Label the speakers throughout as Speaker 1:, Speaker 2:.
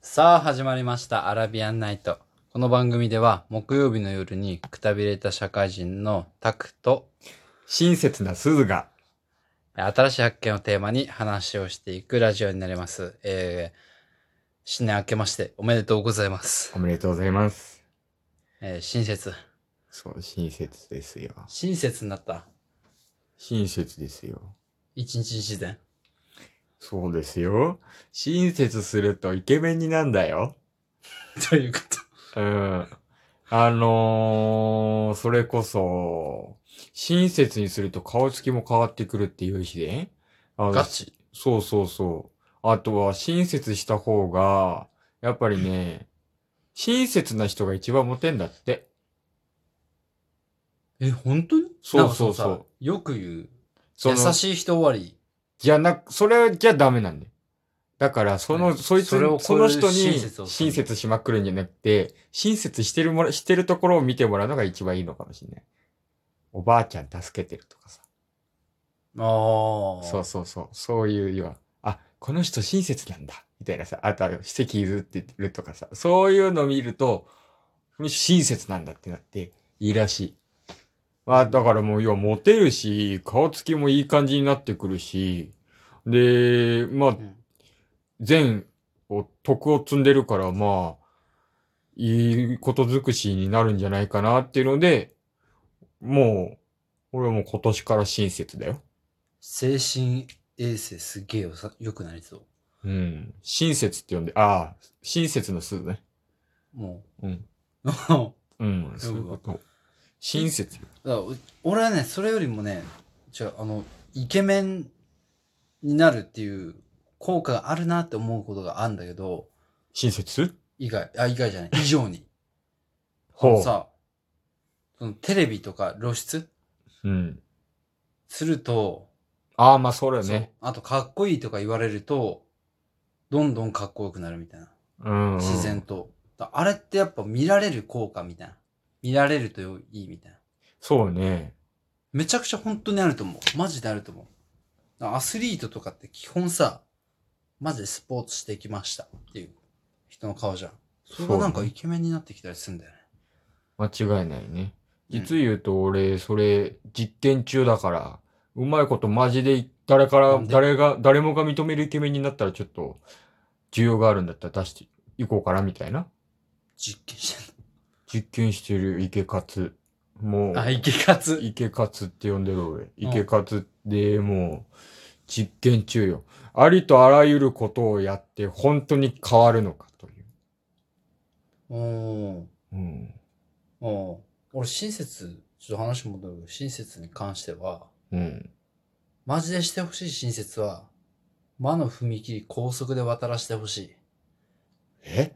Speaker 1: さあ始まりました「アラビアンナイト」この番組では木曜日の夜にくたびれた社会人のタクと
Speaker 2: 親切な鈴が。
Speaker 1: 新しい発見をテーマに話をしていくラジオになりますえー、新年明けましておめでとうございます
Speaker 2: おめでとうございます。
Speaker 1: えー、親切
Speaker 2: そう、親切ですよ。
Speaker 1: 親切になった
Speaker 2: 親切ですよ。
Speaker 1: 一日一 善
Speaker 2: そうですよ。親切するとイケメンになんだよ。
Speaker 1: ということ
Speaker 2: うん。あのー、それこそ、親切にすると顔つきも変わってくるっていうしね。あの
Speaker 1: ガチ
Speaker 2: そうそうそう。あとは、親切した方が、やっぱりね、親切な人が一番モテんだって。
Speaker 1: え本当に
Speaker 2: そうそうそう
Speaker 1: なんかさよく言う
Speaker 2: そ
Speaker 1: 優
Speaker 2: の
Speaker 1: しい人終わり
Speaker 2: じゃなく、それじゃダメなんだよ。だから、その、
Speaker 1: はい
Speaker 2: そいつ
Speaker 1: それを
Speaker 2: に、
Speaker 1: 超
Speaker 2: そ
Speaker 1: え
Speaker 2: の
Speaker 1: る
Speaker 2: 人
Speaker 1: 親
Speaker 2: に
Speaker 1: 切をする
Speaker 2: 親切しまくるんじゃなくて、親切してるもら、してるところを見てもらうのが一番いいのかもしれない。おばあちゃん助けてるとかさ。
Speaker 1: ああ
Speaker 2: そうそうそう。そういうような、あ、この人親切なんだ。みたいなさ、あとは、席譲ってるとかさ、そういうの見ると、親切なんだってなって、いいらしい。まあ、だからもう、要はモテるし、顔つきもいい感じになってくるし、で、まあ
Speaker 1: う、ん
Speaker 2: 善を、徳を積んでるから、まあ、いいこと尽くしになるんじゃないかなっていうので、もう、俺はもう今年から親切だよ。
Speaker 1: 精神衛生すげえよさよくなりそう
Speaker 2: うん。親切って呼んで、ああ、親切の鈴ね。
Speaker 1: も
Speaker 2: うん。
Speaker 1: う
Speaker 2: うん、そういうこと。親切。
Speaker 1: だからう俺はねそれよりもねじゃああのイケメンになるっていう効果があるなって思うことがあるんだけど
Speaker 2: 親切
Speaker 1: 以外あ以外じゃない以上に
Speaker 2: ほう。
Speaker 1: さそのテレビとか露出
Speaker 2: うん。
Speaker 1: すると、
Speaker 2: ああ、まあ、それ
Speaker 1: そう
Speaker 2: ね。
Speaker 1: あとかっこいいとか言われるとどんどんかっこよくなるみたいな
Speaker 2: うん、うん。
Speaker 1: 自然。と、だあれってやっぱ見られる効果みたいな見られるといいみたいな
Speaker 2: そうね。
Speaker 1: めちゃくちゃ本当にあると思う。マジであると思う。アスリートとかって基本さ、マジでスポーツしてきましたっていう人の顔じゃん。それがなんか
Speaker 2: そう
Speaker 1: イ
Speaker 2: ね
Speaker 1: ケメンになってきたりするんだよね。
Speaker 2: 間違いないね。実
Speaker 1: うん
Speaker 2: 言うと、俺、それ、実験中だから、うまいことマジで、誰から
Speaker 1: なん、で
Speaker 2: 誰が、誰もが認めるイケメンになったら、ちょっと、需要があるんだったら出していこうかな、みたいな。
Speaker 1: 実験して
Speaker 2: 実験してるイケカツ。もう。
Speaker 1: る。あ、イケカツ。
Speaker 2: イケカツって呼んでる俺。イケカツでもう、実験中よ。ありとあらゆることをやって、本当に変わるのかという。
Speaker 1: おー
Speaker 2: うん。
Speaker 1: おー俺親切、ちょっと話戻るけど、親切に関しては、
Speaker 2: うん。
Speaker 1: マジでしてほしい親切は、魔の踏切高速で渡らしてほしい。
Speaker 2: え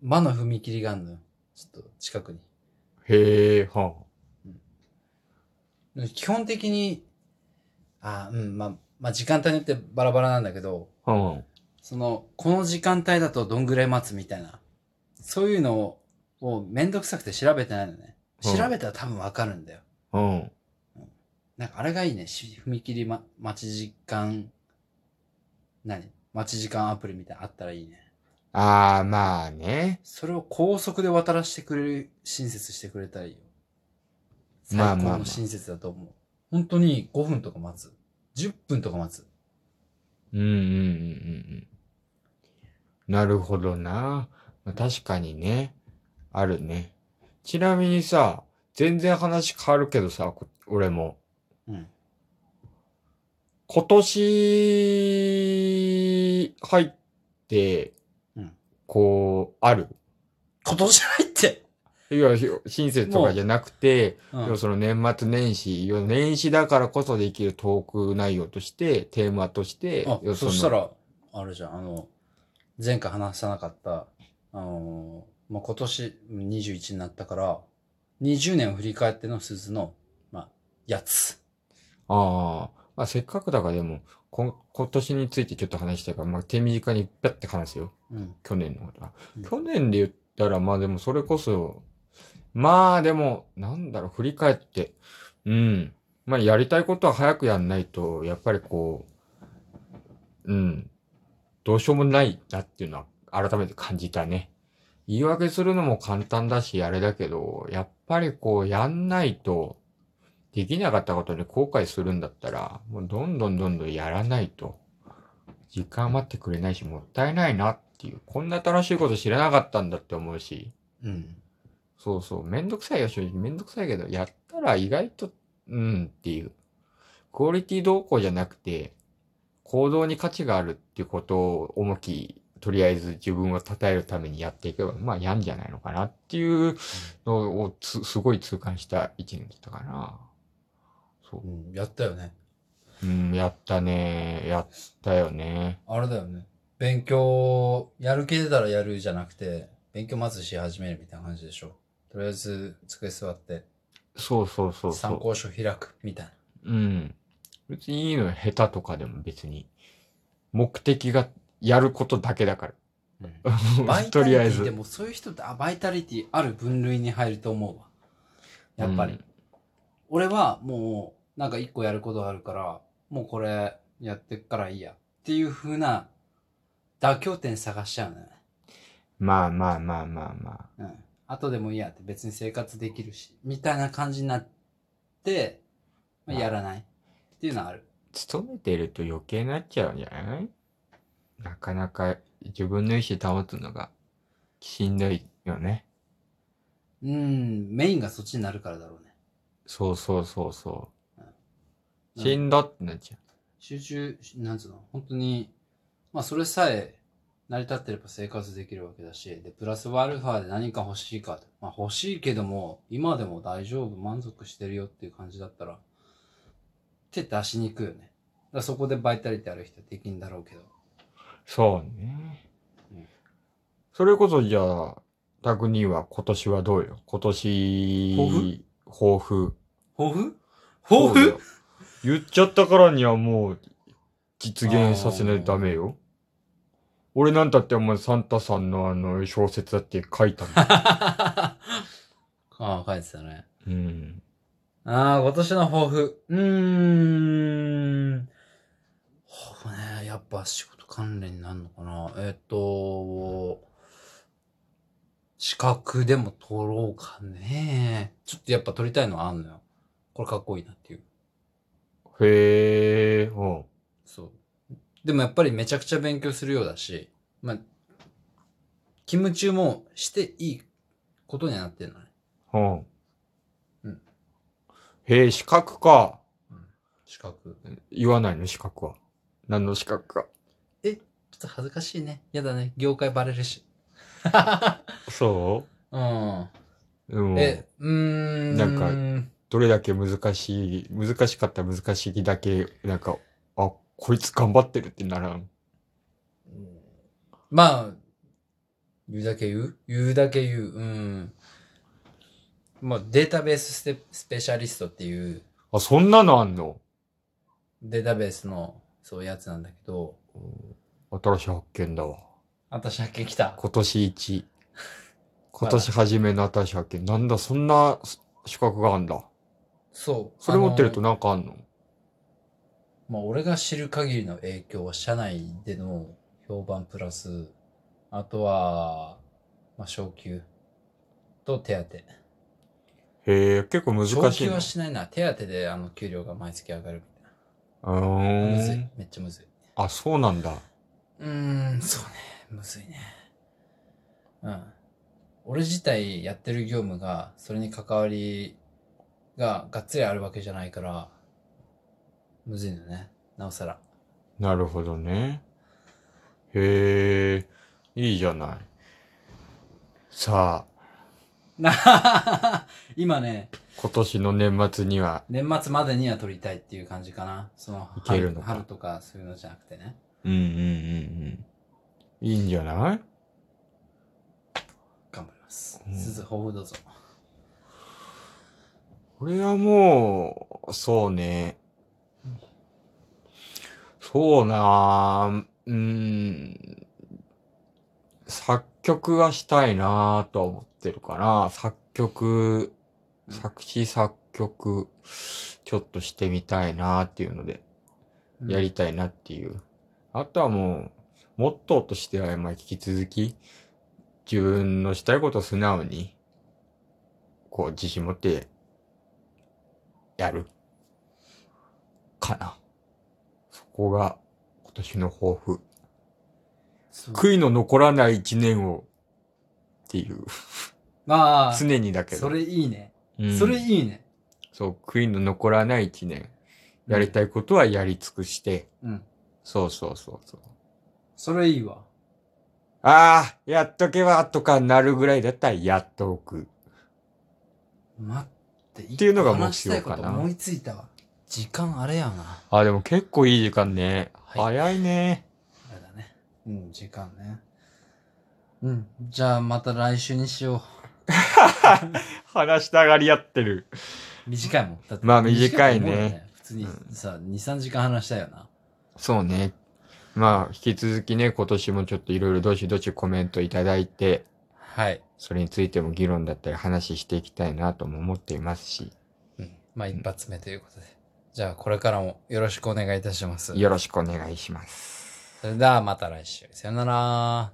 Speaker 1: 魔の踏切があんのよ。ちょっと近くに。
Speaker 2: へえ、は
Speaker 1: 基本的に、あうん、まあ、まあ、時間帯によってバラバラなんだけど、
Speaker 2: あ。は
Speaker 1: その、この時間帯だとどんぐらい待つみたいな、そういうのを、もうめんどくさくて調べてないのね。
Speaker 2: うん
Speaker 1: 調べたら多分わかるんだよ。
Speaker 2: あ。うん。
Speaker 1: なんかあれがいいね。し踏切、ま、待ち時間、何待ち時間アプリみたいなのあったらいいね。
Speaker 2: ああ、まあね。
Speaker 1: それを高速で渡らせてくれる、親切してくれたらいいよ。最
Speaker 2: まあまあまあ
Speaker 1: 高の親切だと思う。本当に5分とか待つ。10分とか待つ。
Speaker 2: うんうんうんうんうん。なるほどな。まあ確かにね。あるね。ちなみにさ、全然話変わるけどさ、こ俺も。
Speaker 1: うん。
Speaker 2: 今年入って、
Speaker 1: うん
Speaker 2: こう、ある。
Speaker 1: 今年入って、
Speaker 2: いわゆる親切とかじゃなくて、
Speaker 1: う
Speaker 2: 要はその年末年始、要は年始だからこそできるトーク内容として、テーマとして、要
Speaker 1: あ
Speaker 2: は
Speaker 1: そ
Speaker 2: の
Speaker 1: した、らあれじゃんあの前回話さなかったあのー、まあ、今年うん21になったから20年を振り返っての鈴の、まあ、やつ
Speaker 2: ああ、まあせっかくだからでも、こ今年についてちょっと話したいから、まあ手短にぴゃって話すよ。
Speaker 1: うん
Speaker 2: 去年のことは
Speaker 1: うん
Speaker 2: 去年で言ったら、まあでもそれこそ、まあでも、なんだろう、振り返って、うん。まあやりたいことは早くやんないと、やっぱりこう、うん。どうしようもないなっていうのは改めて感じたね。言い訳するのも簡単だし、あれだけど、やっぱりこう、やんないと、できなかったことで後悔するんだったら、もうどんどんどんどんやらないと、時間待ってくれないし、もったいないなっていう、こんな楽しいこと知らなかったんだって思うし、
Speaker 1: うん。
Speaker 2: そうそう、めんどくさいよ、正直。めんどくさいけど、やったら意外と、うんっていう。クオリティ動向じゃなくて、行動に価値があるっていうことを重き、とりあえず自分を称えるためにやっていけば、まあ、やんじゃないのかなっていうのをつ、すごい痛感した一年だったかな。そう
Speaker 1: う。ん、やったよね。
Speaker 2: うん、やったね。やったよね。
Speaker 1: あれだよね。勉強、やる気出たらやるじゃなくて、勉強まずし始めるみたいな感じでしょ。とりあえず、机座って、
Speaker 2: そうそうそうそう。
Speaker 1: 参考書開くみたいな。
Speaker 2: うん。別にいいのよ。下手とかでも別に。目的がやることだけだから。
Speaker 1: バイタ
Speaker 2: と
Speaker 1: リ
Speaker 2: り
Speaker 1: テ
Speaker 2: あえ
Speaker 1: ィで
Speaker 2: ず。
Speaker 1: もそういう人ってあバイタリティある分類に入ると思うわやっぱり、
Speaker 2: うん
Speaker 1: 俺はもうなんか一個やることあるからもうこれやってっからいいやっていう風な妥協点探しちゃうのよね、
Speaker 2: まあまあまあまあま
Speaker 1: うん、後でもいいやって別に生活できるしみたいな感じになって、まあやらないっていうのはある
Speaker 2: あ。勤めてると余計になっちゃうんじゃないなかなか自分の意思保つのがしんどいよね。
Speaker 1: うんメインがそっちになるからだろうね
Speaker 2: そうそうそうそう。
Speaker 1: うん
Speaker 2: しんどってなっちゃ
Speaker 1: 集中し、なんつうの、本当に、まあそれさえ成り立ってれば生活できるわけだし、で、プラスアルファで何か欲しいかと。まあ欲しいけども、今でも大丈夫、満足してるよっていう感じだったら、手出しにくいよね。だからそこでバイタリティある人はできんだろうけど。
Speaker 2: う。そうね
Speaker 1: うん。
Speaker 2: それこそじゃあ、タクニーは今年はどうよ今年、
Speaker 1: 抱
Speaker 2: 抱負
Speaker 1: 抱負
Speaker 2: そう
Speaker 1: 抱
Speaker 2: だ
Speaker 1: 負
Speaker 2: よ言っちゃったからにはもう、実現させないとダメよ。俺なんたってお前サンタさんのあの小説だって書いたん だ。
Speaker 1: ああ、書いてたね。
Speaker 2: うん。
Speaker 1: ああ、今年の抱負。うーん。抱負ね、やっぱ仕事関連になるのかな。えっ、と、資格でも取ろうかね。ちょっとやっぱ取りたいのはあんのよ。これかっこいいなっていう。
Speaker 2: へえ、おう
Speaker 1: そう。でもやっぱりめちゃくちゃ勉強するようだし、まあ、勤務中もしていいことにはなってるのね。
Speaker 2: おう
Speaker 1: うん
Speaker 2: へえ、資格か。
Speaker 1: 資格。ちょ
Speaker 2: 言わないの、資格は。何の資格か。
Speaker 1: っと恥ずかしいね。やだね。業界バレるし。
Speaker 2: そ
Speaker 1: うん。
Speaker 2: うでも、
Speaker 1: え、うーん。
Speaker 2: なんどれだけ難しい、難しかったら難しいだけ、なんか、あ、こいつ頑張ってるってならん。
Speaker 1: うんまあ、言うだけ言う言うだけ言う。うん。まあ、データベースステスペシャリストっていう
Speaker 2: あ、そんなのあんの
Speaker 1: データベースのそういうやつなんだけど、
Speaker 2: 新しい発見だわ。
Speaker 1: 私発見来た。
Speaker 2: 今年 一。今年初めの新しい発見。なんだ、そんなす資格があんだ。
Speaker 1: そう。
Speaker 2: それ持ってる
Speaker 1: あ
Speaker 2: と
Speaker 1: の。
Speaker 2: なんかあんの
Speaker 1: まあ、俺が知る限りの影響は社内での評判プラス、あとは、まあ、昇給と手当。
Speaker 2: へえ、結構難
Speaker 1: 昇
Speaker 2: しい
Speaker 1: 給
Speaker 2: の。
Speaker 1: はしないな。手当であの給料が毎月上がるみたいな。
Speaker 2: うーん
Speaker 1: むずい。めっちゃむずい。
Speaker 2: あ、そうなんだ。
Speaker 1: うーん、そうね。むずいね。うん。俺自体やってる業務が、それに関わりががっつりあるわけじゃないから、むずいのね。なおさら。
Speaker 2: なるほどね。へえ、いいじゃない。さあ、
Speaker 1: な今ね、
Speaker 2: 今年の年末には、
Speaker 1: 年末までには撮りたいっていう感じかな。その、
Speaker 2: いけるのか
Speaker 1: 春春とかそういうのじゃなくてね。
Speaker 2: うんうんうんうん。いいんじゃない
Speaker 1: 頑張ります
Speaker 2: う。ん
Speaker 1: すず、抱負どうぞ。
Speaker 2: これはもう、そうね。そうなぁ、うーん。作曲はしたいなぁとは思ってるから、作曲、作詞作曲、ちょっとしてみたいなぁっていうので、
Speaker 1: うん
Speaker 2: やりたいなっていう。あとはもう、モットーとしては、まあ、引き続き、自分のしたいことを素直に、こう、自信持って、やる。かな。そこが、今年の抱負。
Speaker 1: そう
Speaker 2: 悔いの残らない一年を、っていう。
Speaker 1: まあ、
Speaker 2: 常にだけど。
Speaker 1: それいいね。
Speaker 2: うん
Speaker 1: それいいね。
Speaker 2: そう、悔いの残らない一年。やりた
Speaker 1: い。
Speaker 2: いことはやり尽くして。
Speaker 1: うん。
Speaker 2: そうそうそうそう。
Speaker 1: それいいわ。
Speaker 2: ああ、やっとけばとかなるぐらいだったらやっとく。
Speaker 1: 待って、って
Speaker 2: いうのが目
Speaker 1: 話した
Speaker 2: 標
Speaker 1: いこ
Speaker 2: かな
Speaker 1: と思いついたわ。時間あれやな。
Speaker 2: あ、でも結構いい時間ね。
Speaker 1: はい
Speaker 2: 早いね。
Speaker 1: あれだね。うん、時間ね。うん。じゃあまた来週にしよ
Speaker 2: 話したがりやってる。
Speaker 1: う。短いもん。だって
Speaker 2: まあ短いね
Speaker 1: と思うよ普通にさ、2、3時間話したいよな。
Speaker 2: そうね。まあ、引き続きね、今年もちょっといろいろどしどしコメントいただいて、
Speaker 1: はい。
Speaker 2: それについても議論だったり話していきたいなとも思っていますし、
Speaker 1: うん。まあ一発目ということで。じゃあこれからもよろしくお願いいたします。
Speaker 2: よろしくお願いします。
Speaker 1: それではまた来週。さよなら。